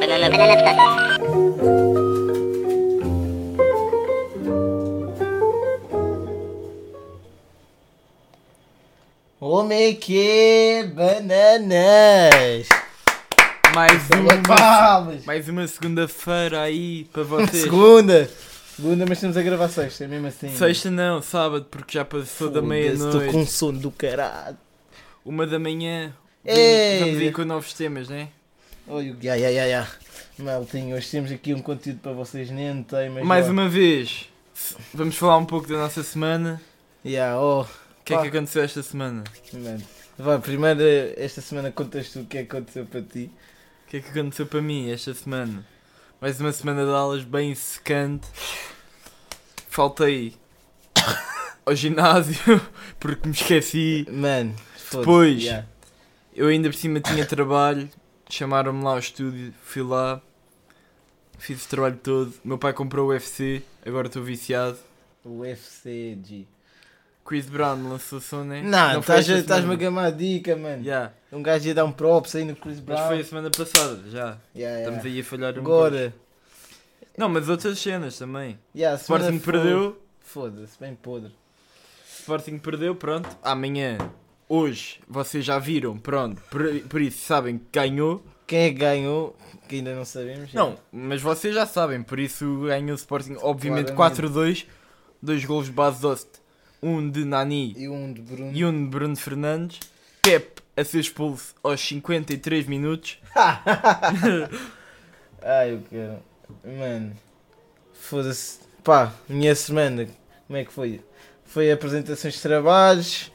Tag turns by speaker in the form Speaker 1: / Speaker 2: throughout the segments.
Speaker 1: banana ficar.
Speaker 2: Homem que bananas.
Speaker 3: Mais
Speaker 2: Tá
Speaker 3: uma,
Speaker 2: Palmas.
Speaker 3: mais uma segunda-feira aí para vocês.
Speaker 2: Segunda. Segunda, mas estamos a gravar sexta, é mesmo assim.
Speaker 3: Sexta não, sábado, porque já passou da
Speaker 2: Estou
Speaker 3: meia-noite.
Speaker 2: com sono do caralho.
Speaker 3: Uma da manhã.
Speaker 2: Ei!
Speaker 3: Vamos vamos aí com novos temas, né?
Speaker 2: Oi, o- ya, ya, ya, ya. Maltinho, hoje temos aqui um conteúdo para vocês, nem tem, mas.
Speaker 3: Mais
Speaker 2: já.
Speaker 3: uma vez, s- vamos falar um pouco da nossa semana.
Speaker 2: Ya, oh.
Speaker 3: O que é
Speaker 2: Pá.
Speaker 3: que aconteceu esta semana?
Speaker 2: Mano. Vá, primeiro, eh, esta semana contas tu o que é que aconteceu para ti.
Speaker 3: O que é que aconteceu para mim esta semana? Mais uma semana de aulas bem secante. Faltei ao ginásio porque me esqueci.
Speaker 2: Mano, foda-se,
Speaker 3: Depois.
Speaker 2: ya.
Speaker 3: Eu ainda por cima tinha trabalho, chamaram-me lá ao estúdio, fui lá, fiz o trabalho todo. Meu pai comprou o UFC, agora estou viciado.
Speaker 2: O FCG.
Speaker 3: Chris Brown lançou som, né?
Speaker 2: Não,
Speaker 3: foi
Speaker 2: estás-
Speaker 3: esta
Speaker 2: estás-me a
Speaker 3: semana.
Speaker 2: gamar a dica, mano.
Speaker 3: Yeah,
Speaker 2: Um gajo ia dar um props aí no Chris
Speaker 3: mas
Speaker 2: Brown.
Speaker 3: foi a semana passada, já.
Speaker 2: Ya, ya.
Speaker 3: Estamos aí a falhar um
Speaker 2: É. Agora.
Speaker 3: bocado. Não, mas outras cenas também.
Speaker 2: Yeah,
Speaker 3: Sporting perdeu,
Speaker 2: Foda-se, bem podre.
Speaker 3: Sporting perdeu, pronto. Amanhã, hoje, vocês já viram, pronto. Por, por isso sabem que ganhou.
Speaker 2: Quem é que ganhou, que ainda não sabemos.
Speaker 3: Não, mas vocês já sabem, por isso ganhou o Sporting, obviamente
Speaker 2: Claramente.
Speaker 3: 4-2, dois golos de base de Ost, um de Nani
Speaker 2: E um de Bruno.
Speaker 3: e um de Bruno Fernandes, Pep a ser expulso aos 53 minutos,
Speaker 2: Ai, o cara. Mano. Foda-se. Pá, minha semana. Como é que foi? Foi apresentações de trabalhos.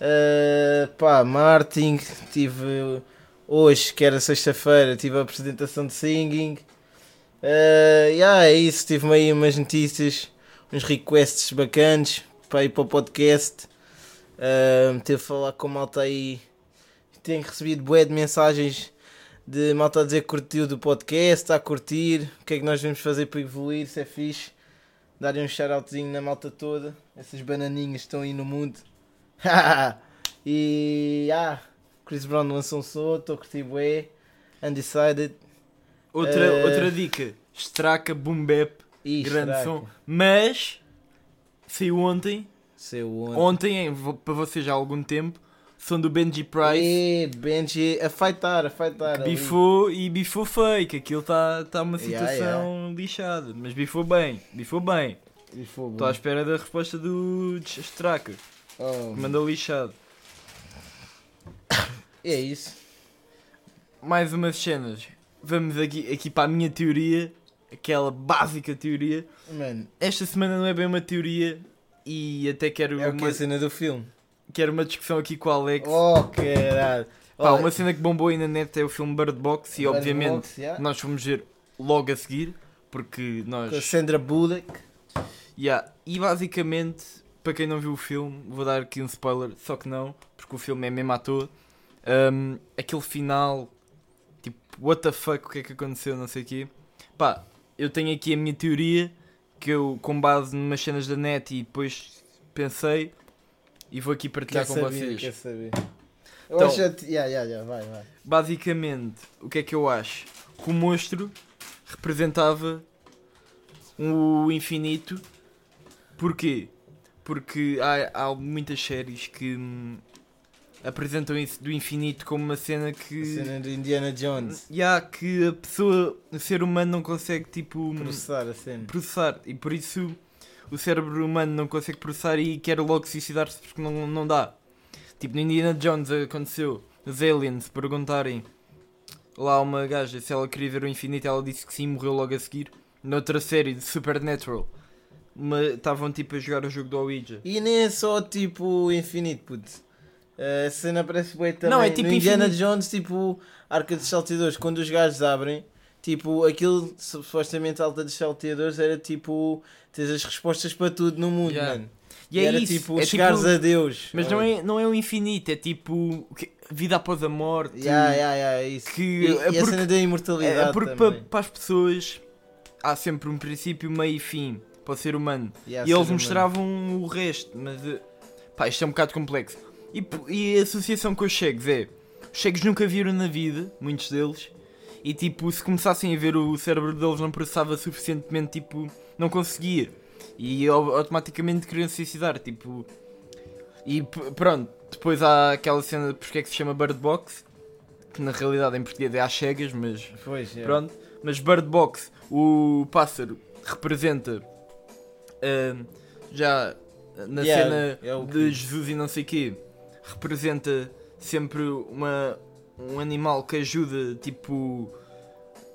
Speaker 2: ah, pá, marketing. Tive. Hoje, que era sexta-feira, tive a apresentação de singing. ah yeah, é isso. Tive aí umas notícias. Uns requests bacanas para ir para o podcast. Ah, teve a falar com a malta aí. Tenho recebido bué de mensagens de malta a dizer que curtiu do podcast, está a curtir, o que é que nós devemos fazer para evoluir, se é fixe, darem um shoutoutzinho na malta toda, essas bananinhas estão aí no mundo. e ah, Chris Brown lançou um som, estou a curtir bué, undecided
Speaker 3: outra,
Speaker 2: Eh.
Speaker 3: outra dica, Straca, Boom Bap,
Speaker 2: e
Speaker 3: grande
Speaker 2: Shrek.
Speaker 3: som, mas saiu ontem,
Speaker 2: Seu ontem.
Speaker 3: ontem, em- vo- para vocês já há algum tempo, som do Benji Price,
Speaker 2: E Benji a fightar, a fightar. ali.
Speaker 3: Bifou e bifou fake, aquilo está tá uma
Speaker 2: Yeah,
Speaker 3: situação lixada, mas bifou bem, bifou bem.
Speaker 2: Bifou,
Speaker 3: Estou à
Speaker 2: bom.
Speaker 3: espera da resposta do Straca, que
Speaker 2: Oh,
Speaker 3: manda lixado.
Speaker 2: é isso.
Speaker 3: Mais umas cenas. Vamos aqui, aqui para a minha teoria, aquela básica teoria.
Speaker 2: Mano,
Speaker 3: Esta semana não é bem uma teoria e até quero,
Speaker 2: é o que
Speaker 3: uma,
Speaker 2: a cena do filme.
Speaker 3: quero uma discussão aqui com o Alex.
Speaker 2: Oh, caralho. Oh,
Speaker 3: Pá,
Speaker 2: Olha,
Speaker 3: uma cena que bombou aí na net é o filme Bird Box e
Speaker 2: Bird
Speaker 3: obviamente
Speaker 2: Box, yeah.
Speaker 3: nós fomos ver logo a seguir, porque
Speaker 2: com a
Speaker 3: nós...
Speaker 2: Sandra Bullock.
Speaker 3: Yeah. E basicamente, para quem não viu o filme, vou dar aqui um spoiler, só que não, porque o filme é mesmo à toa. Um, aquele final, tipo, what the fuck, o que é que aconteceu, não sei o quê. Pá, eu tenho aqui a minha teoria, que eu, com base numas cenas da net e depois pensei, e vou aqui partilhar
Speaker 2: Quer
Speaker 3: é com
Speaker 2: saber,
Speaker 3: vocês.
Speaker 2: Quer saber. Eu
Speaker 3: Então-
Speaker 2: acho já te- Ya, ya, ya, vai, vai.
Speaker 3: Basicamente, o que é que eu acho? Que o monstro representava o infinito. Porquê? Porque há, há muitas séries que hum, apresentam isso do infinito como uma cena
Speaker 2: A
Speaker 3: que.
Speaker 2: cena do Indiana Jones.
Speaker 3: E há que a pessoa, o ser humano, não consegue tipo
Speaker 2: Processar a cena.
Speaker 3: processar. E por isso o cérebro humano não consegue processar e quer logo suicidar-se porque não, não dá. Tipo, no Indiana Jones aconteceu. Os aliens perguntarem lá a uma gaja se ela queria ver o infinito, ela disse que sim, morreu logo a seguir. Noutra série de Supernatural, uma- estavam tipo a jogar o jogo do Ouija.
Speaker 2: E nem é só tipo infinito, puto. A cena parece bem também.
Speaker 3: Não, é tipo
Speaker 2: no Indiana
Speaker 3: infinito.
Speaker 2: Jones, tipo Arca dos Salteadores. Quando os gajos abrem, tipo aquilo supostamente alta dos salteadores era tipo. Tens as respostas para tudo no mundo,
Speaker 3: Ya.
Speaker 2: mano.
Speaker 3: E é
Speaker 2: era
Speaker 3: isso,
Speaker 2: tipo
Speaker 3: é
Speaker 2: chegares
Speaker 3: tipo-
Speaker 2: a Deus.
Speaker 3: Mas não é, não é o infinito, é tipo o que- vida após a morte.
Speaker 2: Ya, ya, ya, é isso.
Speaker 3: que-
Speaker 2: e,
Speaker 3: é
Speaker 2: e a
Speaker 3: porque-
Speaker 2: cena da imortalidade.
Speaker 3: É porque para,
Speaker 2: também.
Speaker 3: as pessoas há sempre um princípio, meio e fim para o ser humano.
Speaker 2: Ya,
Speaker 3: e eles
Speaker 2: ser humano.
Speaker 3: mostravam o resto, mas eh, pá, isto é um bocado complexo. E, p- e a associação com os chegues é: os chegues nunca viram na vida, muitos deles, E tipo, se começassem a ver o cérebro deles não processava suficientemente, tipo, não conseguia. E au- automaticamente queriam se suicidar, tipo. E p- pronto, depois há aquela cena de porque é que se chama Bird Box, que na realidade em português é às cegas, mas
Speaker 2: Pois, é.
Speaker 3: Pronto, mas Bird Box, o pássaro, representa ahm, já na
Speaker 2: Yeah,
Speaker 3: cena
Speaker 2: é o
Speaker 3: de
Speaker 2: que-
Speaker 3: Jesus e não sei quê, representa sempre uma, um animal que ajuda, tipo,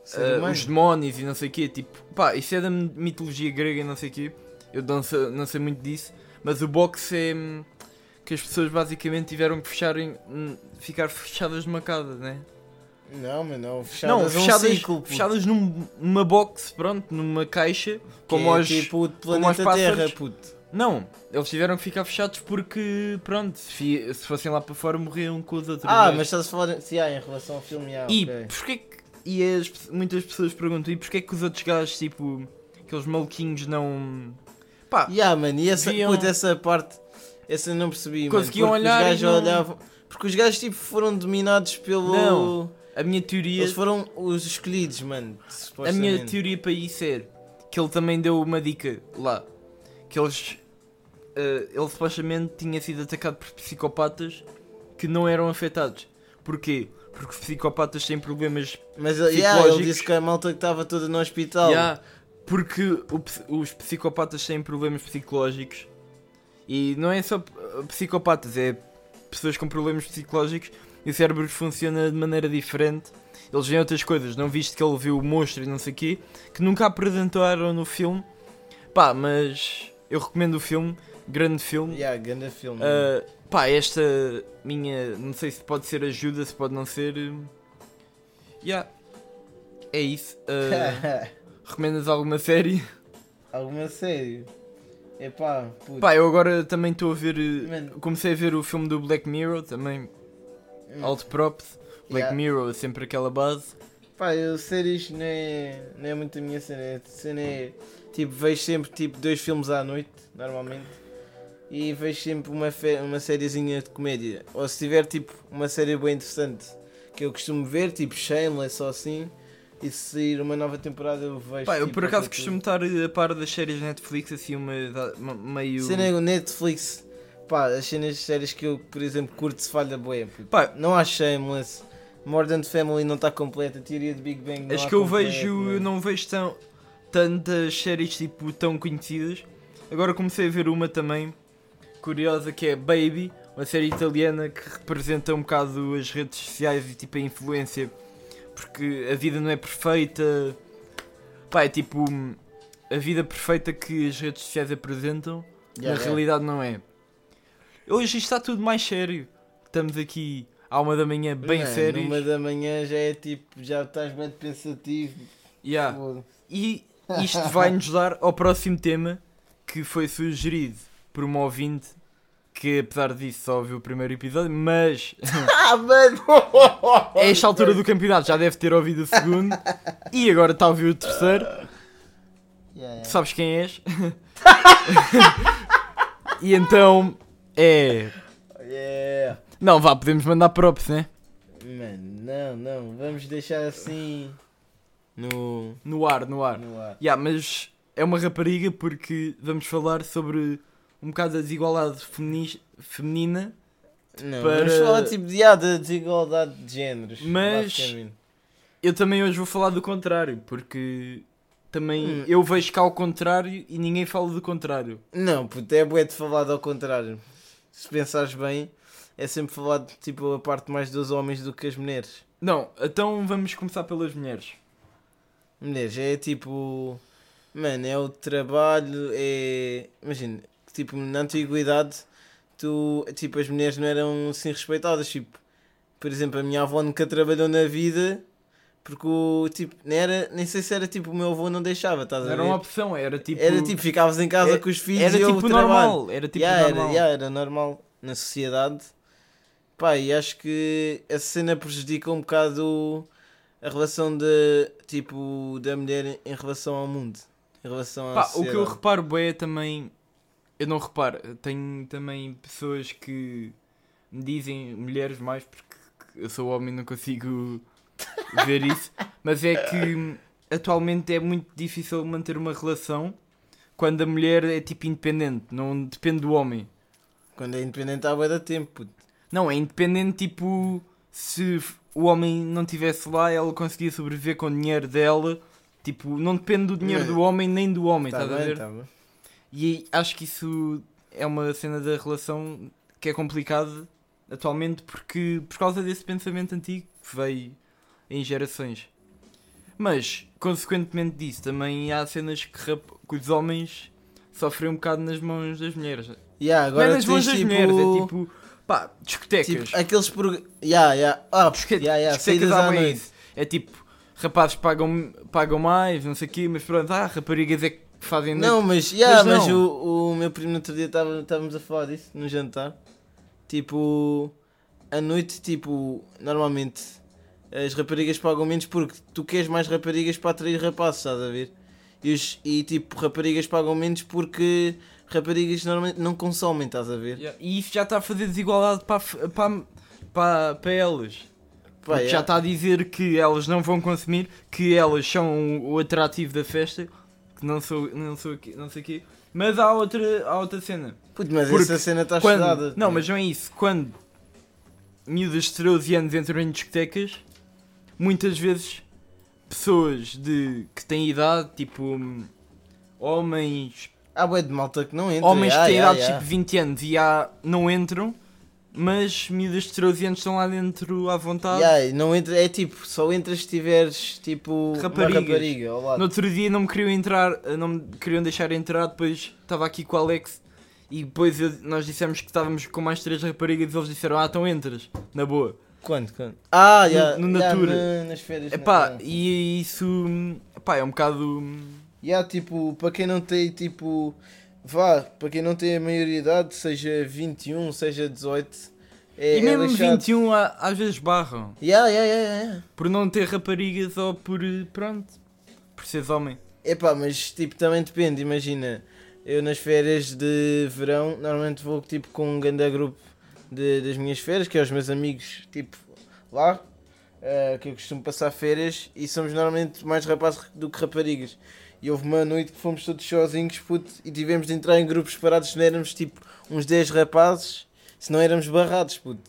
Speaker 2: Ser
Speaker 3: ah,
Speaker 2: humano.
Speaker 3: os demónios e não sei quê. Tipo, pá, isso é da mi- mitologia grega e não sei quê. Eu não sei, não sei muito disso, mas o box é hum, que as pessoas basicamente tiveram que fecharem, hum, ficar fechadas numa casa, né?
Speaker 2: Não, mas não. Fechadas,
Speaker 3: Não, fechadas,
Speaker 2: é um ciclo, puto.
Speaker 3: fechadas num- numa box, pronto, numa caixa, como
Speaker 2: Que é
Speaker 3: aos...
Speaker 2: tipo o
Speaker 3: aos
Speaker 2: planeta
Speaker 3: pássaros.
Speaker 2: Terra, puto.
Speaker 3: Não, eles tiveram que ficar fechados porque, pronto, se, fi- se fossem lá para fora morriam com os outros.
Speaker 2: Ah,
Speaker 3: né?
Speaker 2: mas estás a falar se há em relação ao filme, ah,
Speaker 3: E
Speaker 2: ok.
Speaker 3: porquê que... E as pe- muitas pessoas perguntam, e porquê que os outros gajos, tipo, aqueles maluquinhos não... Pá,
Speaker 2: Yeah, mano, e essa,
Speaker 3: Viam-
Speaker 2: puto, essa parte, essa eu não percebi, mano,
Speaker 3: Conseguiam
Speaker 2: porque
Speaker 3: olhar e
Speaker 2: os gajos
Speaker 3: não-
Speaker 2: olhavam, porque os gajos tipo foram dominados pelo...
Speaker 3: Não. a minha teoria...
Speaker 2: Eles foram os escolhidos, mano,
Speaker 3: A
Speaker 2: supostamente.
Speaker 3: minha teoria para isso é que ele também deu uma dica lá. Que eles. eh, ele supostamente tinha sido atacado por psicopatas que não eram afetados. Porquê? Porque os psicopatas têm problemas.
Speaker 2: Mas yeah, ele
Speaker 3: psicológicos.
Speaker 2: disse que a malta que estava toda no hospital.
Speaker 3: Ya, porque o ps- os psicopatas têm problemas psicológicos. E não é só p- psicopatas, é pessoas com problemas psicológicos e o cérebro funciona de maneira diferente. Eles veem outras coisas, não viste que ele viu o monstro e não sei o quê, que nunca apresentaram no filme. Pá, mas eu recomendo o filme, grande filme.
Speaker 2: Yeah, grande filme. mano.
Speaker 3: Ah, pá, esta minha, não sei se pode ser ajuda, se pode não ser. hum, Yeah. É isso. Ah, recomendas alguma série?
Speaker 2: Alguma série? Epá, puto.
Speaker 3: Pá, eu agora também estou a ver. eh,
Speaker 2: Mano.
Speaker 3: Comecei a ver o filme do Black Mirror também.
Speaker 2: Hum.
Speaker 3: Alt props. Black
Speaker 2: Yeah.
Speaker 3: Mirror é sempre aquela base.
Speaker 2: Pá, eu séries não é, não é muito a minha cena. A cena é. Tipo, vejo sempre tipo, dois filmes à noite, normalmente. E vejo sempre uma, fe- uma sériezinha de comédia. Ou se tiver tipo uma série bem interessante que eu costumo ver, tipo Shameless ou assim. E se sair uma nova temporada eu vejo.
Speaker 3: Pá, eu
Speaker 2: tipo,
Speaker 3: por acaso
Speaker 2: outra
Speaker 3: costumo estar eh, a par das séries Netflix, assim, uma, da- ma- meio.
Speaker 2: coisa. Cena é o Netflix. Pá, as cenas séries que eu, por exemplo, curto se falha boé.
Speaker 3: Pá,
Speaker 2: Não há Shameless. Modern Family não está completa. A teoria de Big Bang não é?
Speaker 3: As
Speaker 2: há
Speaker 3: que eu
Speaker 2: completa, né?
Speaker 3: vejo,
Speaker 2: mano.
Speaker 3: eu não vejo tão, tantas séries tipo tão conhecidas. Agora comecei a ver uma também curiosa que é Baby, uma série italiana que representa um bocado as redes sociais e tipo a influência, porque a vida não é perfeita. Pá, é tipo a vida perfeita que as redes sociais apresentam,
Speaker 2: Yeah,
Speaker 3: na
Speaker 2: yeah.
Speaker 3: realidade não é. Hoje está tudo mais sério. Estamos aqui à uma da manhã bem
Speaker 2: Mano,
Speaker 3: sérios.
Speaker 2: Uma da manhã já é tipo, já estás bem pensativo.
Speaker 3: Yeah.
Speaker 2: foda.
Speaker 3: E isto vai nos dar ao próximo tema que foi sugerido por uma ouvinte que, apesar disso, só ouviu o primeiro episódio, mas
Speaker 2: Ah, mano!
Speaker 3: a esta altura do campeonato já deve ter ouvido o segundo e agora está a ouvir o terceiro.
Speaker 2: Yeah,
Speaker 3: Tu
Speaker 2: yeah.
Speaker 3: sabes quem és? e então é.
Speaker 2: Yeah.
Speaker 3: Não, vá, podemos mandar props, né?
Speaker 2: Mano, não, não, vamos deixar assim no,
Speaker 3: No ar, no ar.
Speaker 2: no ar.
Speaker 3: Ya, mas é uma rapariga porque vamos falar sobre um bocado da desigualdade femini- feminina
Speaker 2: Não,
Speaker 3: Para-
Speaker 2: Vamos falar tipo de, ah, da desigualdade de géneros.
Speaker 3: Mas-
Speaker 2: basicamente.
Speaker 3: Eu também hoje vou falar do contrário, porque também
Speaker 2: Hum.
Speaker 3: eu vejo cá o contrário e ninguém fala do contrário.
Speaker 2: Não, puto, é bué de falado ao contrário. Se pensares bem, é sempre falado tipo a parte mais dos homens do que as mulheres.
Speaker 3: Não, então vamos começar pelas mulheres.
Speaker 2: Mulheres, é tipo. Mano, é o trabalho, é. Imagina, tipo, na antiguidade, tu, tipo, as mulheres não eram assim respeitadas. Tipo, por exemplo, a minha avó nunca trabalhou na vida porque, o, tipo, não era, nem sei se era tipo, o meu avô não deixava, estás
Speaker 3: Não
Speaker 2: a
Speaker 3: era
Speaker 2: ver?
Speaker 3: uma opção, era tipo.
Speaker 2: é- Era tipo, ficavas em casa
Speaker 3: era-
Speaker 2: com os filhos
Speaker 3: era
Speaker 2: e eu
Speaker 3: tipo
Speaker 2: trabalho.
Speaker 3: normal. Era tipo
Speaker 2: Yeah,
Speaker 3: normal.
Speaker 2: Era, yeah, era normal na sociedade. Pá, e acho que essa cena prejudica um bocado a relação de, tipo, da mulher em- em relação ao mundo. Em relação à
Speaker 3: Pá, o que
Speaker 2: sociedade.
Speaker 3: eu reparo bem é também. Eu não reparo, tenho também pessoas que me dizem mulheres mais porque eu sou homem e não consigo ver isso. Mas é que atualmente é muito difícil manter uma relação quando a mulher é tipo independente, não depende do homem.
Speaker 2: Quando é independente há bué de tempo. puto.
Speaker 3: Não, é independente, tipo, se o homem não estivesse lá, ela conseguia sobreviver com o dinheiro dela. Tipo, não depende do dinheiro
Speaker 2: Mas-
Speaker 3: do homem nem do homem,
Speaker 2: Tá
Speaker 3: estás a
Speaker 2: bem,
Speaker 3: ver?
Speaker 2: tá bem.
Speaker 3: E acho que isso é uma cena da relação que é complicada atualmente porque por causa desse pensamento antigo que veio em gerações. Mas, consequentemente disso, também há cenas que, rap- que os homens sofrem um bocado nas mãos das mulheres.
Speaker 2: Yeah, agora
Speaker 3: Agora não é nas
Speaker 2: tens
Speaker 3: mãos das
Speaker 2: tipo...
Speaker 3: mulheres, é tipo, pá,
Speaker 2: tipo,
Speaker 3: discotecas.
Speaker 2: aqueles pro... Yeah, yeah. Ah,
Speaker 3: Discote-
Speaker 2: yeah, yeah.
Speaker 3: discotecas
Speaker 2: Saídas
Speaker 3: há
Speaker 2: à
Speaker 3: bem
Speaker 2: noite.
Speaker 3: isso. É tipo, rapazes pagam, pagam mais, não sei o quê, mas pronto, ah, raparigas é que fazem noite.
Speaker 2: Não, mas, yeah,
Speaker 3: Mas
Speaker 2: mas,
Speaker 3: não.
Speaker 2: o, o meu primo no outro dia estava- estávamos a falar disso no jantar. Tipo, à noite, tipo, normalmente as raparigas pagam menos porque tu queres mais raparigas para atrair rapazes, estás a ver? E, os- e, tipo, raparigas pagam menos porque raparigas normalmente não consomem, estás a ver?
Speaker 3: Yeah, E isso já está a fazer desigualdade para, a f- para, para, para elas.
Speaker 2: Pá, é.
Speaker 3: Porque já tá-
Speaker 2: yeah.
Speaker 3: está a dizer que elas não vão consumir, que elas são o, o atrativo da festa, que não sou, não sou aqui, não sei o quê. Mas há outra, há outra cena.
Speaker 2: Puto, mas
Speaker 3: porque
Speaker 2: essa cena tá está
Speaker 3: Quando-
Speaker 2: estudada.
Speaker 3: não, mas não é isso. Quando miúdas de 13 anos entram em discotecas, muitas vezes pessoas de, que têm idade, tipo hum, homens,
Speaker 2: Há boé de malta que não entra.
Speaker 3: homens que
Speaker 2: yeah,
Speaker 3: têm
Speaker 2: yeah,
Speaker 3: idade
Speaker 2: yeah.
Speaker 3: tipo 20 anos e há, não entram, mas miúdas de 13 anos estão lá dentro à vontade.
Speaker 2: Yeah, e não entra, é tipo, só entras se tiveres tipo
Speaker 3: Raparigas.
Speaker 2: uma rapariga ao lado.
Speaker 3: No outro dia não me queriam entrar, eh, não me queriam deixar entrar, depois estava aqui com o Alex e depois eu- nós dissemos que estávamos com mais três raparigas e eles disseram, ah, então entras, na boa.
Speaker 2: Quando? Quando? Ah,
Speaker 3: No-
Speaker 2: já.
Speaker 3: no
Speaker 2: já,
Speaker 3: Natura.
Speaker 2: na- nas férias.
Speaker 3: Epá,
Speaker 2: na-
Speaker 3: e isso hum, epá, é um bocado. hum,
Speaker 2: Já, tipo, para quem não tem, tipo. Vá, para quem não tem a maioridade, seja 21, seja 18. É,
Speaker 3: e um? mesmo
Speaker 2: é
Speaker 3: 21 a- às vezes barram.
Speaker 2: Já, já, já, já.
Speaker 3: Por não ter raparigas ou por. eh, pronto. Por seres homem.
Speaker 2: Epá, mas tipo, também depende, imagina. Eu nas férias de verão, normalmente vou tipo com um grande grupo de- das minhas férias, que é os meus amigos, tipo, lá, eh, que eu costumo passar férias, e somos normalmente mais rapazes do que raparigas. E houve uma noite que fomos todos sozinhos, puto, e tivemos de entrar em grupos separados, se não éramos tipo uns 10 rapazes, se não éramos barrados, puto.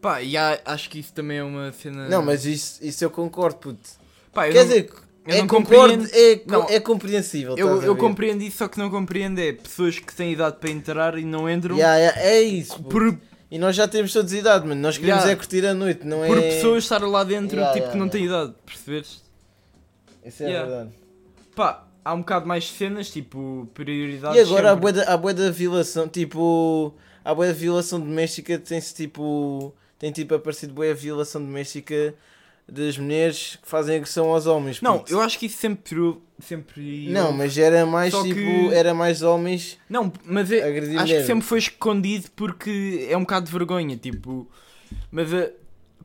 Speaker 3: Pá, e há- acho que isso também é uma cena.
Speaker 2: Não, mas isso, isso eu concordo, puto.
Speaker 3: Pá, eu
Speaker 2: Quer
Speaker 3: não-
Speaker 2: dizer,
Speaker 3: eu
Speaker 2: é,
Speaker 3: não
Speaker 2: concordo, é, co-
Speaker 3: Não.
Speaker 2: é compreensível.
Speaker 3: eu,
Speaker 2: estás a
Speaker 3: eu
Speaker 2: ver?
Speaker 3: compreendo isso, só que não compreendo é pessoas que têm idade para entrar e não entram.
Speaker 2: Ya, ya, é isso. puto.
Speaker 3: um- Por,
Speaker 2: E nós já temos todos idade, mano. Nós queremos
Speaker 3: Yeah.
Speaker 2: é curtir a noite, não é?
Speaker 3: por pessoas estar lá dentro,
Speaker 2: Yeah,
Speaker 3: tipo, que
Speaker 2: yeah,
Speaker 3: não têm idade, percebeste?
Speaker 2: Isso é
Speaker 3: Yeah.
Speaker 2: verdade.
Speaker 3: Pá, há um bocado mais cenas, tipo, prioridades.
Speaker 2: E agora há bué
Speaker 3: sempre.
Speaker 2: da- há bué da violação, tipo. Há bué da violação doméstica, tem-se tipo. Tem tipo aparecido bué a violação doméstica das mulheres que fazem agressão aos homens.
Speaker 3: Não,
Speaker 2: puto.
Speaker 3: eu acho que isso sempre. houve- sempre
Speaker 2: Não,
Speaker 3: houve.
Speaker 2: mas era mais
Speaker 3: Só
Speaker 2: tipo.
Speaker 3: que-
Speaker 2: Era mais homens
Speaker 3: Não, mas é,
Speaker 2: agredir
Speaker 3: acho que
Speaker 2: mulheres.
Speaker 3: sempre foi escondido porque é um bocado de vergonha, tipo. Mas é.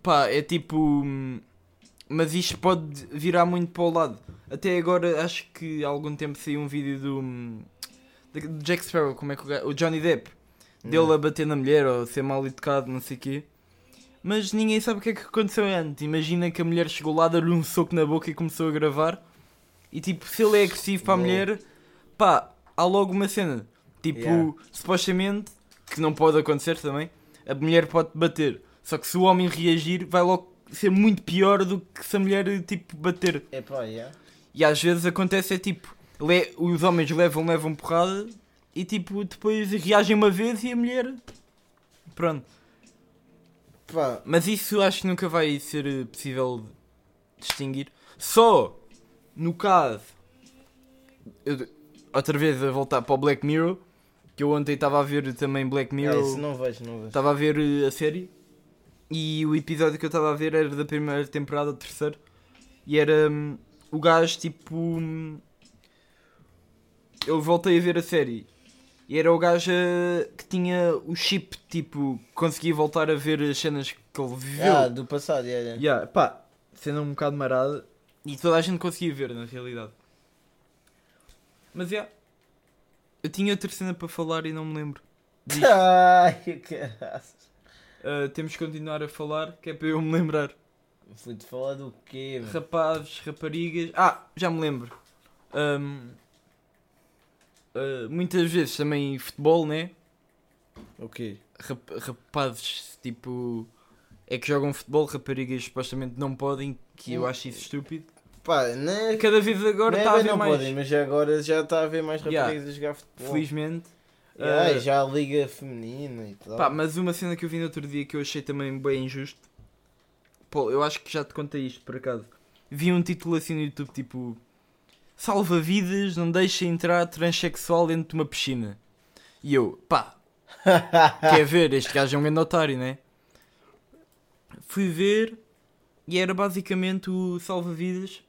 Speaker 3: pá, é tipo. hum, Mas isto pode virar muito para o lado. Até agora, acho que há algum tempo saiu um vídeo do. hum, de- do Jack Sparrow, como é que o gajo. O Johnny Depp. Dele a bater na mulher ou a ser mal educado, não sei o quê. Mas ninguém sabe o que é que aconteceu antes. Imagina que a mulher chegou lá, deu-lhe um soco na boca e começou a gravar. E tipo, se ele é agressivo para a
Speaker 2: Bom.
Speaker 3: mulher, pá, há logo uma cena. Tipo,
Speaker 2: Yeah.
Speaker 3: supostamente, que não pode acontecer também, a mulher pode bater. Só que se o homem reagir, vai logo ser muito pior do que se a mulher, tipo, bater.
Speaker 2: É pá, yeah.
Speaker 3: E às vezes acontece é tipo, le- os homens levam, levam porrada e tipo, depois reagem uma vez e a mulher. Pronto.
Speaker 2: Pá,
Speaker 3: Mas isso eu acho que nunca vai ser eh, possível distinguir. Só no caso. eu- outra vez a voltar para o Black Mirror, que eu ontem estava a ver também Black
Speaker 2: yeah, É, isso
Speaker 3: Mirror.
Speaker 2: não vejo, não vejo.
Speaker 3: Estava a ver eh, a série e o episódio que eu estava a ver era da primeira temporada, do terceiro. E era hum, o gajo tipo. hum, eu voltei a ver a série e era o gajo eh, que tinha o chip, tipo, conseguia voltar a ver as cenas que ele viveu.
Speaker 2: Ah, do passado, yeah, yeah.
Speaker 3: Yeah, pá, sendo um bocado marada. E toda a gente conseguia ver, na realidade. Mas, yeah. Eu tinha outra cena para falar e não me lembro. Diz.
Speaker 2: Ai, caralho.
Speaker 3: Ah, temos que continuar a falar, que é para é eu me lembrar.
Speaker 2: Fui-te falar do quê, mano?
Speaker 3: Rapazes, raparigas. Ah, já me lembro. Ahm, ah, muitas vezes também futebol, né?
Speaker 2: O quê?
Speaker 3: Rap- rapazes, tipo. É que jogam futebol, raparigas supostamente não podem, que eu acho isso estúpido.
Speaker 2: Pá, é nem...
Speaker 3: Cada vez agora
Speaker 2: nem
Speaker 3: está a
Speaker 2: bem
Speaker 3: haver
Speaker 2: não
Speaker 3: mais.
Speaker 2: podem, Hum. mas já agora já está a haver mais
Speaker 3: Yeah.
Speaker 2: raparigas a jogar futebol.
Speaker 3: Felizmente.
Speaker 2: Yeah,
Speaker 3: Ah,
Speaker 2: e já a liga feminina e tal.
Speaker 3: Pá, mas uma cena que eu vi no outro dia que eu achei também bem injusto. Pô, eu acho que já te contei isto por acaso. Vi um título assim no YouTube tipo Salva vidas, não deixa entrar transexual dentro de uma piscina. E eu, pá, quer ver? Este gajo é um grande otário, né? Fui ver e era basicamente o Salva Vidas.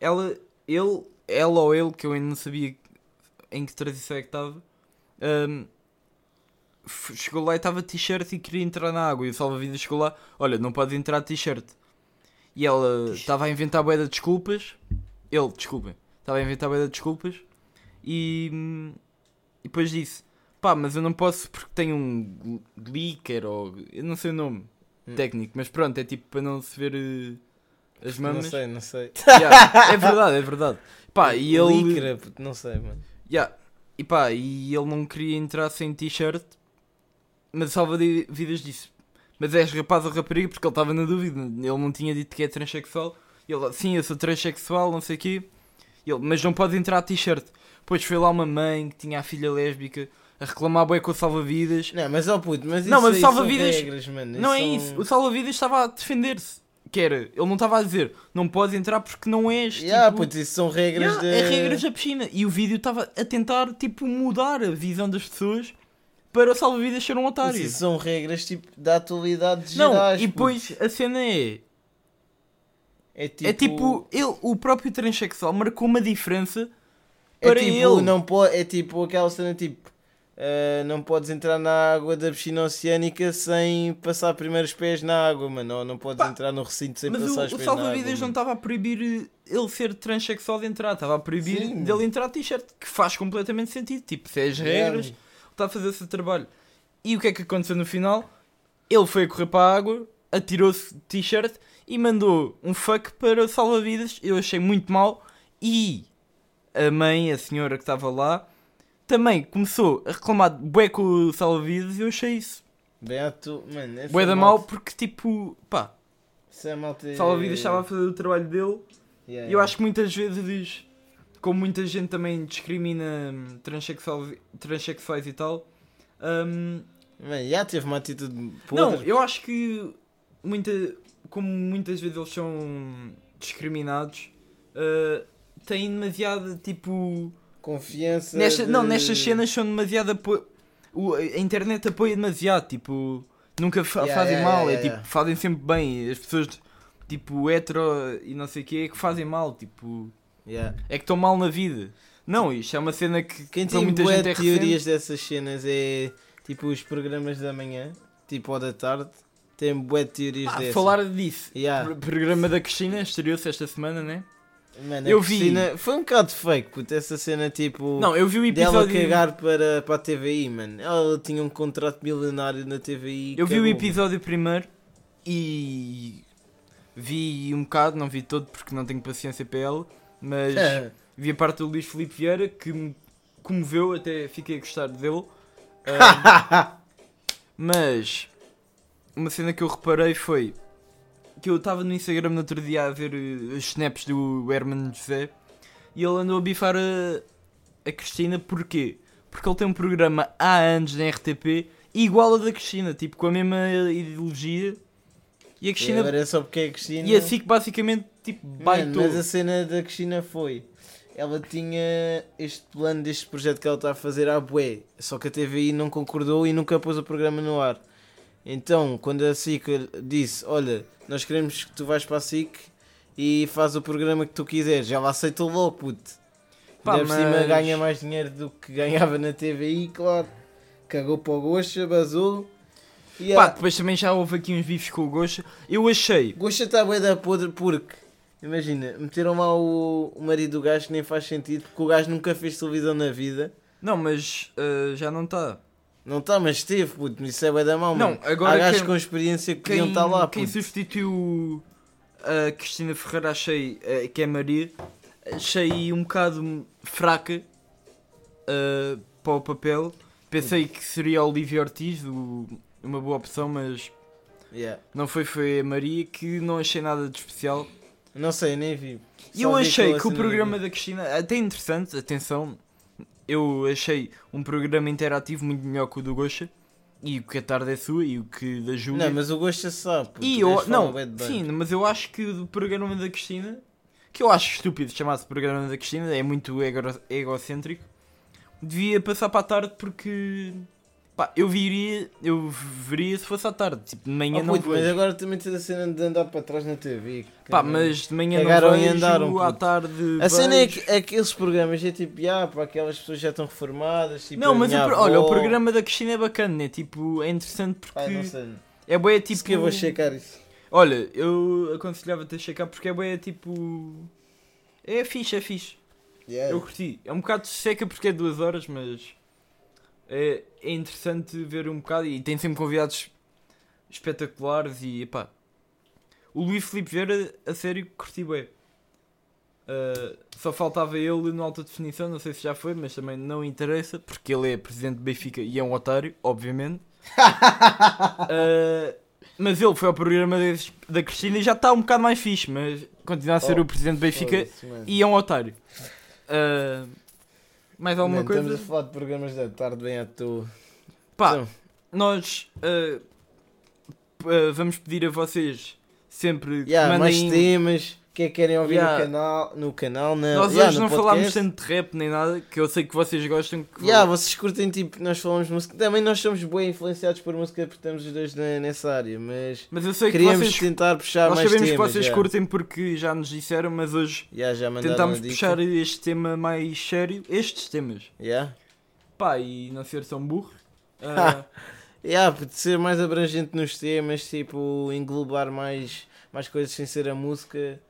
Speaker 3: Ela, ele, ela ou ele, que eu ainda não sabia em que transição é que estava. ahm, F- chegou lá e estava de t-shirt e queria entrar na água. E o salva-vidas chegou lá: Olha, não pode entrar de t-shirt. E ela estava a inventar boeda de desculpas. Ele, desculpem, estava a inventar boeda de desculpas. E, hum, e depois disse: Pá, mas eu não posso porque tenho um gl- glicker ou. Eu não sei o nome
Speaker 2: Hum.
Speaker 3: técnico, mas pronto, é tipo para não se ver eh, as
Speaker 2: Não
Speaker 3: mamas.
Speaker 2: sei, não sei.
Speaker 3: Yeah, é verdade, é verdade. Pá, e ele.
Speaker 2: Lycra, puto, não sei, mano.
Speaker 3: Ya, E pá, e ele não queria entrar sem t-shirt, mas salva de vidas disse. Mas és rapaz ou rapariga? Porque ele estava na dúvida. Ele não tinha dito que é transexual. E ele, sim, eu sou transexual, não sei o quê. E ele, mas não pode entrar de t-shirt. Pois foi lá uma mãe que tinha a filha lésbica a reclamar bem com o salva-vidas.
Speaker 2: Não, mas ó puto, mas isso
Speaker 3: Não, mas
Speaker 2: aí
Speaker 3: salva-vidas-
Speaker 2: são regras, mano.
Speaker 3: Não é
Speaker 2: são-
Speaker 3: isso. O salva-vidas estava a defender-se. Que era, ele não estava a dizer, não podes entrar porque não és.
Speaker 2: Yeah,
Speaker 3: tipo,
Speaker 2: puto, isso são regras
Speaker 3: Yeah,
Speaker 2: de...
Speaker 3: É regras da piscina. E o vídeo estava a tentar, tipo, mudar a visão das pessoas para o salva-vidas ser um
Speaker 2: Mas
Speaker 3: otário.
Speaker 2: Isso são regras tipo da atualidade de
Speaker 3: não,
Speaker 2: girais,
Speaker 3: e
Speaker 2: puto.
Speaker 3: depois a cena é...
Speaker 2: é tipo,
Speaker 3: É tipo, ele, o próprio transexual marcou uma diferença
Speaker 2: é
Speaker 3: para
Speaker 2: tipo,
Speaker 3: ele.
Speaker 2: Não po é tipo aquela cena tipo. eh, não podes entrar na água da piscina oceânica sem passar primeiro os pés na água, mano. Ou não podes
Speaker 3: Pá,
Speaker 2: entrar no recinto sem
Speaker 3: Mas
Speaker 2: passar os
Speaker 3: o, o
Speaker 2: pés na água.
Speaker 3: salva-vidas não tá-
Speaker 2: mano.
Speaker 3: estava a proibir eh, ele ser transexual de entrar. Estava a proibir
Speaker 2: Sim.
Speaker 3: dele entrar de t-shirt, que faz completamente sentido. Tipo, se as
Speaker 2: Yeah,
Speaker 3: regras,
Speaker 2: mano.
Speaker 3: está a fazer o seu trabalho. E o que é que aconteceu no final? Ele foi a correr para a água, atirou-se de t-shirt e mandou um fuck para o salva-vidas. Eu achei muito mal. E a mãe, a senhora que estava lá, também começou a reclamar de bué com o salva-vidas. e Eu achei isso
Speaker 2: Bem à tu, mano. essa
Speaker 3: bué da mal
Speaker 2: malta-
Speaker 3: porque, tipo, pá,
Speaker 2: essa malta é-
Speaker 3: salva-vidas estava a fazer o trabalho dele.
Speaker 2: Yeah,
Speaker 3: E eu acho que muitas vezes, como muita gente também discrimina hum, transexual, transexuais e tal, hum,
Speaker 2: Mano, já teve uma atitude
Speaker 3: não,
Speaker 2: podre.
Speaker 3: eu acho que muita, como muitas vezes eles são discriminados, ah, têm demasiada tipo.
Speaker 2: Confiança.
Speaker 3: Nesta, Não,
Speaker 2: Eh, de-
Speaker 3: nestas cenas são demasiado apo... o- A internet apoia demasiado, tipo, nunca fa-
Speaker 2: Yeah,
Speaker 3: fazem
Speaker 2: yeah,
Speaker 3: mal,
Speaker 2: yeah,
Speaker 3: é
Speaker 2: yeah,
Speaker 3: tipo,
Speaker 2: yeah.
Speaker 3: fazem sempre bem. As pessoas, tipo, hetero e não sei o que, é que fazem mal, tipo,
Speaker 2: Yeah.
Speaker 3: é que estão mal na vida. Não, isto é uma cena que
Speaker 2: Quem
Speaker 3: para
Speaker 2: tem
Speaker 3: muita
Speaker 2: bué
Speaker 3: gente é
Speaker 2: teorias
Speaker 3: recente.
Speaker 2: dessas cenas é tipo os programas da manhã, tipo ou da tarde, tem bué teorias
Speaker 3: Ah,
Speaker 2: dessas. Ah.
Speaker 3: falar disso.
Speaker 2: Yeah.
Speaker 3: O programa da Cristina estreou-se esta semana, né?
Speaker 2: Mano,
Speaker 3: Eu
Speaker 2: eu
Speaker 3: vi.
Speaker 2: vi. Foi um bocado fake, puto, essa cena tipo.
Speaker 3: Não, eu vi o
Speaker 2: Dela
Speaker 3: episódio.
Speaker 2: cagar para, para a TVI, mano. Ela tinha um contrato milionário na TVI.
Speaker 3: Eu vi o
Speaker 2: acabou,
Speaker 3: episódio primeiro e vi um bocado, não vi todo porque não tenho paciência para ele,
Speaker 2: mano.
Speaker 3: mas
Speaker 2: É.
Speaker 3: vi a parte do Luís Filipe Vieira que me comoveu, até fiquei a gostar dele. Ah, mas uma cena que eu reparei foi que eu estava no Instagram no outro dia a ver eh, os snaps do Herman José e ele andou a bifar a, a Cristina porquê? Porque ele tem um programa há anos na RTP igual ao da Cristina, tipo com a mesma ideologia e a
Speaker 2: E
Speaker 3: Cristina
Speaker 2: agora é só porque é a Cristina.
Speaker 3: e a SIC basicamente tipo
Speaker 2: Mano,
Speaker 3: baitou.
Speaker 2: mas a cena da Cristina foi. Ela tinha este plano deste projeto que ela está a fazer à bué. Só que a TVI não concordou e nunca pôs o programa no ar. Então, quando a SIC disse: Olha, nós queremos que tu vais para a SIC e faz o programa que tu quiseres, ela aceitou logo, puto.
Speaker 3: Pá,
Speaker 2: Ainda por cima
Speaker 3: mas-
Speaker 2: ganha mais dinheiro do que ganhava na TVI, claro. Cagou para o Goxa, basou. E
Speaker 3: Pá,
Speaker 2: a
Speaker 3: depois também já houve aqui uns bifes com o Gosha. Eu achei.
Speaker 2: Gosta está bué da podre porque, imagina, meteram lá o, o marido do gajo que nem faz sentido, porque o gajo nunca fez televisão na vida.
Speaker 3: Não, mas ah, já não está.
Speaker 2: Não está, mas teve, puto, isso é bué da mal,
Speaker 3: Não,
Speaker 2: mano.
Speaker 3: agora
Speaker 2: Há gajos
Speaker 3: quem- tá
Speaker 2: com experiência que podiam
Speaker 3: Quem,
Speaker 2: estar lá,
Speaker 3: quem
Speaker 2: puto.
Speaker 3: substituiu a Cristina Ferreira achei, eh, que é Maria, achei um bocado fraca eh, para o papel. Pensei que seria a Olivia Ortiz o- uma boa opção, mas
Speaker 2: Yeah.
Speaker 3: não foi, foi a Maria que não achei nada de especial.
Speaker 2: Não sei, nem vi.
Speaker 3: E eu
Speaker 2: Só vi
Speaker 3: achei
Speaker 2: aquela
Speaker 3: que o
Speaker 2: cena
Speaker 3: programa da Cristina, até interessante, atenção, eu achei um programa interativo muito melhor que o do Gosha, e o que a tarde é sua, e o que da
Speaker 2: do-
Speaker 3: Júlia.
Speaker 2: Não, mas o gosto é só. puto,
Speaker 3: E
Speaker 2: o
Speaker 3: eu,
Speaker 2: gajo fala
Speaker 3: não,
Speaker 2: bué de bem.
Speaker 3: sim, mas eu acho que o programa da Cristina, que eu acho estúpido chamar-se programa da Cristina, é muito ego- egocêntrico, devia passar para a tarde porque, pá, eu viria, eu veria se fosse à tarde, tipo, de
Speaker 2: Oh,
Speaker 3: manhã não
Speaker 2: puto, mas
Speaker 3: vejo.
Speaker 2: agora também tens a cena de andar para trás na TV. que
Speaker 3: Pá,
Speaker 2: não-
Speaker 3: mas de manhã
Speaker 2: Cagaram
Speaker 3: não
Speaker 2: e
Speaker 3: vejo,
Speaker 2: andaram,
Speaker 3: à
Speaker 2: puto.
Speaker 3: tarde
Speaker 2: A cena é
Speaker 3: vejo.
Speaker 2: que é que aqueles programas é tipo, ah, pá, aquelas pessoas já estão reformadas. Tipo,
Speaker 3: não,
Speaker 2: a
Speaker 3: mas o
Speaker 2: minha
Speaker 3: pro- olha, o
Speaker 2: avó.
Speaker 3: programa da Cristina é bacana, né? Tipo, é interessante porque
Speaker 2: Pá, não sei.
Speaker 3: é boa, é
Speaker 2: Tipo
Speaker 3: tipo.
Speaker 2: que eu vou checar isso.
Speaker 3: Olha, eu aconselhava-te a checar porque é boa, é tipo. É fixe, é fixe. Eu curti. É um bocado seca porque é duas horas, mas. É, é interessante ver um bocado e tem sempre convidados espetaculares e pá. O Luís Filipe Vieira, a sério, curti bem. só faltava ele no alta definição, não sei se já foi, mas também não interessa, porque ele é presidente do Benfica e é um otário, obviamente. Ah, mas ele foi ao programa des- da Cristina e já está um bocado mais fixe, mas continua a ser
Speaker 2: Oh,
Speaker 3: o presidente do Benfica
Speaker 2: Foda-se, mano.
Speaker 3: e é um otário. Ah, mais alguma
Speaker 2: Mano,
Speaker 3: coisa?
Speaker 2: Estamos a falar de programas da tarde bem à toa.
Speaker 3: Pá,
Speaker 2: Então,
Speaker 3: nós ah, p- ah, vamos pedir a vocês sempre que
Speaker 2: yeah, mais
Speaker 3: mandem.
Speaker 2: temas. O que é que querem ouvir
Speaker 3: Yeah.
Speaker 2: no canal? No canal, não.
Speaker 3: Nós
Speaker 2: yeah,
Speaker 3: hoje
Speaker 2: no
Speaker 3: não
Speaker 2: podcast.
Speaker 3: falámos tanto de rap nem nada, que eu sei que vocês gostam. Que
Speaker 2: Yeah, vocês curtem, tipo, nós falamos música. Também nós somos bem influenciados por música porque estamos os dois na- nessa área, mas
Speaker 3: Mas eu sei que
Speaker 2: queríamos
Speaker 3: vocês.
Speaker 2: tentar puxar
Speaker 3: Nós
Speaker 2: mais
Speaker 3: sabemos
Speaker 2: temas.
Speaker 3: que vocês
Speaker 2: yeah.
Speaker 3: curtem porque já nos disseram, mas hoje
Speaker 2: Yeah, já mandaram
Speaker 3: tentámos
Speaker 2: a dica.
Speaker 3: puxar este tema mais sério. Estes temas.
Speaker 2: Yeah.
Speaker 3: Pá, e não ser tão burro. Ah,
Speaker 2: Yeah, de ser mais abrangente nos temas, tipo, englobar mais, mais coisas sem ser a música,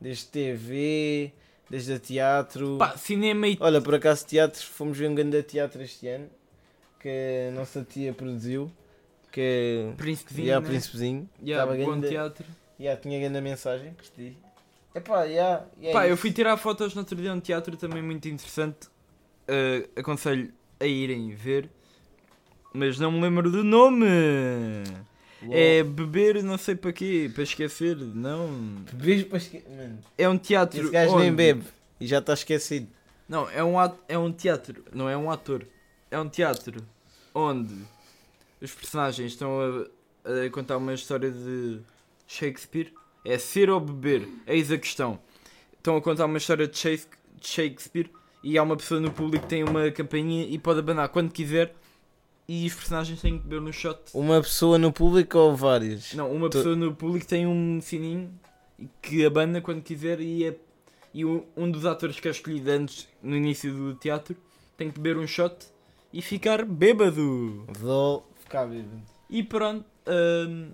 Speaker 2: desde TV, desde a teatro.
Speaker 3: pá, cinema e.
Speaker 2: Olha, por acaso teatro, fomos ver um grande teatro este ano, que a nossa tia produziu, que
Speaker 3: Príncipezinho.
Speaker 2: yeah, o
Speaker 3: né?
Speaker 2: Príncipezinho,
Speaker 3: Yeah,
Speaker 2: estava
Speaker 3: bom
Speaker 2: grande,
Speaker 3: teatro.
Speaker 2: yeah, tinha grande mensagem, gostei. Epá, yeah, e é
Speaker 3: Pá, eu
Speaker 2: isso.
Speaker 3: fui tirar fotos no outro dia num teatro também muito interessante. Ah, aconselho a irem ver. Mas não me lembro do nome.
Speaker 2: Uou.
Speaker 3: É beber não sei para quê, para esquecer, não.
Speaker 2: Beijo para esque... Mano,
Speaker 3: É um teatro.
Speaker 2: esse gajo nem
Speaker 3: onde-
Speaker 2: bebe e já está esquecido.
Speaker 3: Não, é um, at- é um teatro, não é um ator. É um teatro onde os personagens estão a, a contar uma história de Shakespeare. É ser ou beber, eis a questão. Estão a contar uma história de Shakes- de Shakespeare e há uma pessoa no público que tem uma campainha e pode abanar quando quiser. E os personagens têm que beber no shot.
Speaker 2: Uma pessoa no público ou várias?
Speaker 3: Não, uma
Speaker 2: Tu-
Speaker 3: pessoa no público tem um sininho que abana quando quiser e, é- e um um dos atores que é escolhido antes no início do teatro tem que beber um shot e ficar bêbado.
Speaker 2: Vou ficar bêbado.
Speaker 3: E pronto, hum,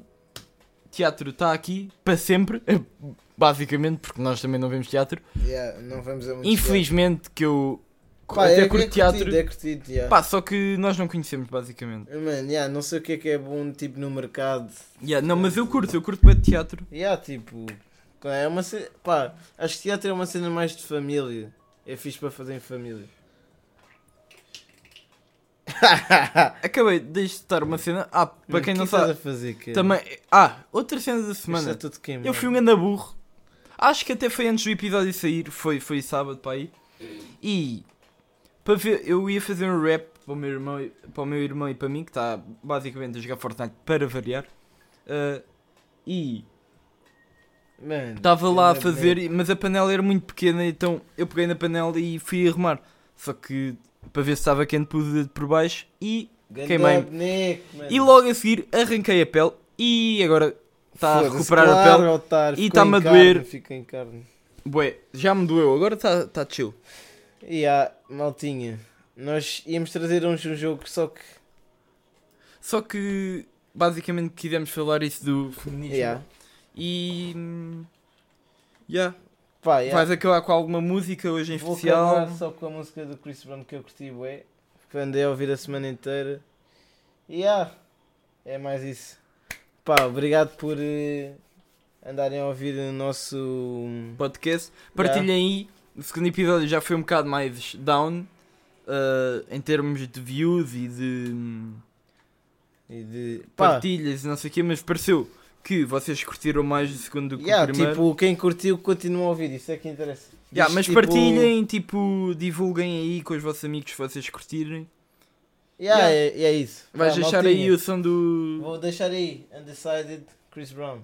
Speaker 3: teatro está aqui para sempre, basicamente, porque nós também não vemos teatro.
Speaker 2: Yeah, não vamos a muito
Speaker 3: Infelizmente que eu
Speaker 2: é. Pá,
Speaker 3: até
Speaker 2: é, é
Speaker 3: curto
Speaker 2: curtido,
Speaker 3: teatro,
Speaker 2: É curtido, yeah.
Speaker 3: pá, só que nós não conhecemos basicamente.
Speaker 2: Mano, yeah, não sei o que é que é bom tipo no mercado.
Speaker 3: Yeah, não, mas eu curto, eu curto bem de teatro.
Speaker 2: Yeah, tipo, é uma cena, pá, acho que teatro é uma cena mais de família. É fixe para fazer em família.
Speaker 3: Acabei de estar uma cena, ah, para
Speaker 2: Mano,
Speaker 3: quem
Speaker 2: o que
Speaker 3: não
Speaker 2: estás
Speaker 3: sabe,
Speaker 2: a fazer, cara?
Speaker 3: Também. Ah, outra cena da
Speaker 2: Isto está
Speaker 3: semana.
Speaker 2: tudo queimado.
Speaker 3: Eu fui um ganda burro. Acho que até foi antes do episódio sair. Foi, foi sábado para aí. E. Para ver, eu ia fazer um rap para o meu irmão, e- para o meu irmão e para mim, que está basicamente a jogar Fortnite para variar. Ah, e
Speaker 2: Mano,
Speaker 3: estava lá a
Speaker 2: ainda bem.
Speaker 3: fazer, e- mas a panela era muito pequena, então eu peguei na panela e fui arrumar. Só que para ver se estava quente, pus o dedo por baixo e,
Speaker 2: Ganda
Speaker 3: queimei-me.
Speaker 2: boneco, mano.
Speaker 3: e logo a seguir arranquei a pele e agora está a
Speaker 2: Foda-se,
Speaker 3: recuperar a
Speaker 2: claro,
Speaker 3: pele.
Speaker 2: otário,
Speaker 3: E
Speaker 2: ficou em
Speaker 3: tá-me a
Speaker 2: carne,
Speaker 3: doer.
Speaker 2: Fica em carne.
Speaker 3: Bué, já me doeu, agora está tá chill.
Speaker 2: E yeah, maltinha, nós íamos trazer uns um jogo só que.
Speaker 3: Só que basicamente quisemos falar isso do feminismo.
Speaker 2: Yeah.
Speaker 3: E. hum, Yeah.
Speaker 2: Pá, yeah.
Speaker 3: Vais acabar com alguma música hoje em
Speaker 2: Vou
Speaker 3: especial.
Speaker 2: acabar só com a música do Chris Brown que eu curti, bué. Que andei a ouvir a semana inteira. E ah, é mais isso. Pá, obrigado por eh, andarem a ouvir o nosso. hum,
Speaker 3: podcast. Partilhem aí. O segundo episódio já foi um bocado mais down ah, em termos de views e de hum,
Speaker 2: e de- Pá,
Speaker 3: partilhas e não sei o quê, mas pareceu que vocês curtiram mais o segundo do que
Speaker 2: yeah,
Speaker 3: o primeiro.
Speaker 2: tipo, quem curtiu continua a ouvir, isso é que interessa.
Speaker 3: Yeah,
Speaker 2: Diz,
Speaker 3: mas
Speaker 2: tipo,
Speaker 3: partilhem, tipo, divulguem aí com os vossos amigos se vocês curtirem.
Speaker 2: Yeah,
Speaker 3: Yeah.
Speaker 2: É, é isso.
Speaker 3: Vais
Speaker 2: Pá,
Speaker 3: deixar aí
Speaker 2: maltinha.
Speaker 3: o som do.
Speaker 2: Vou deixar aí, Undecided Chris Brown.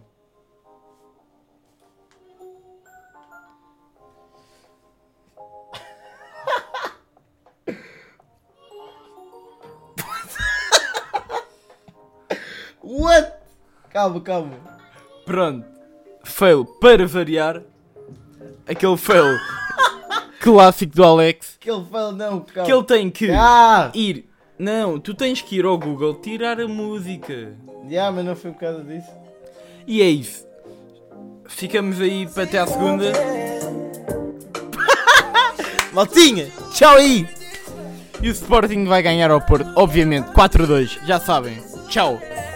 Speaker 2: What? Calma, calma.
Speaker 3: Pronto. Fail para variar. Aquele fail clássico do Alex.
Speaker 2: Que ele fala não, calma.
Speaker 3: Que ele tem que
Speaker 2: Ah!
Speaker 3: ir. Não, tu tens que ir ao Google tirar a música.
Speaker 2: Yeah, mas não foi por causa disso.
Speaker 3: E é isso. Ficamos aí para até à segunda. Maltinha, tchau aí! E o Sporting vai ganhar ao Porto, obviamente, 4-2, já sabem. Tchau!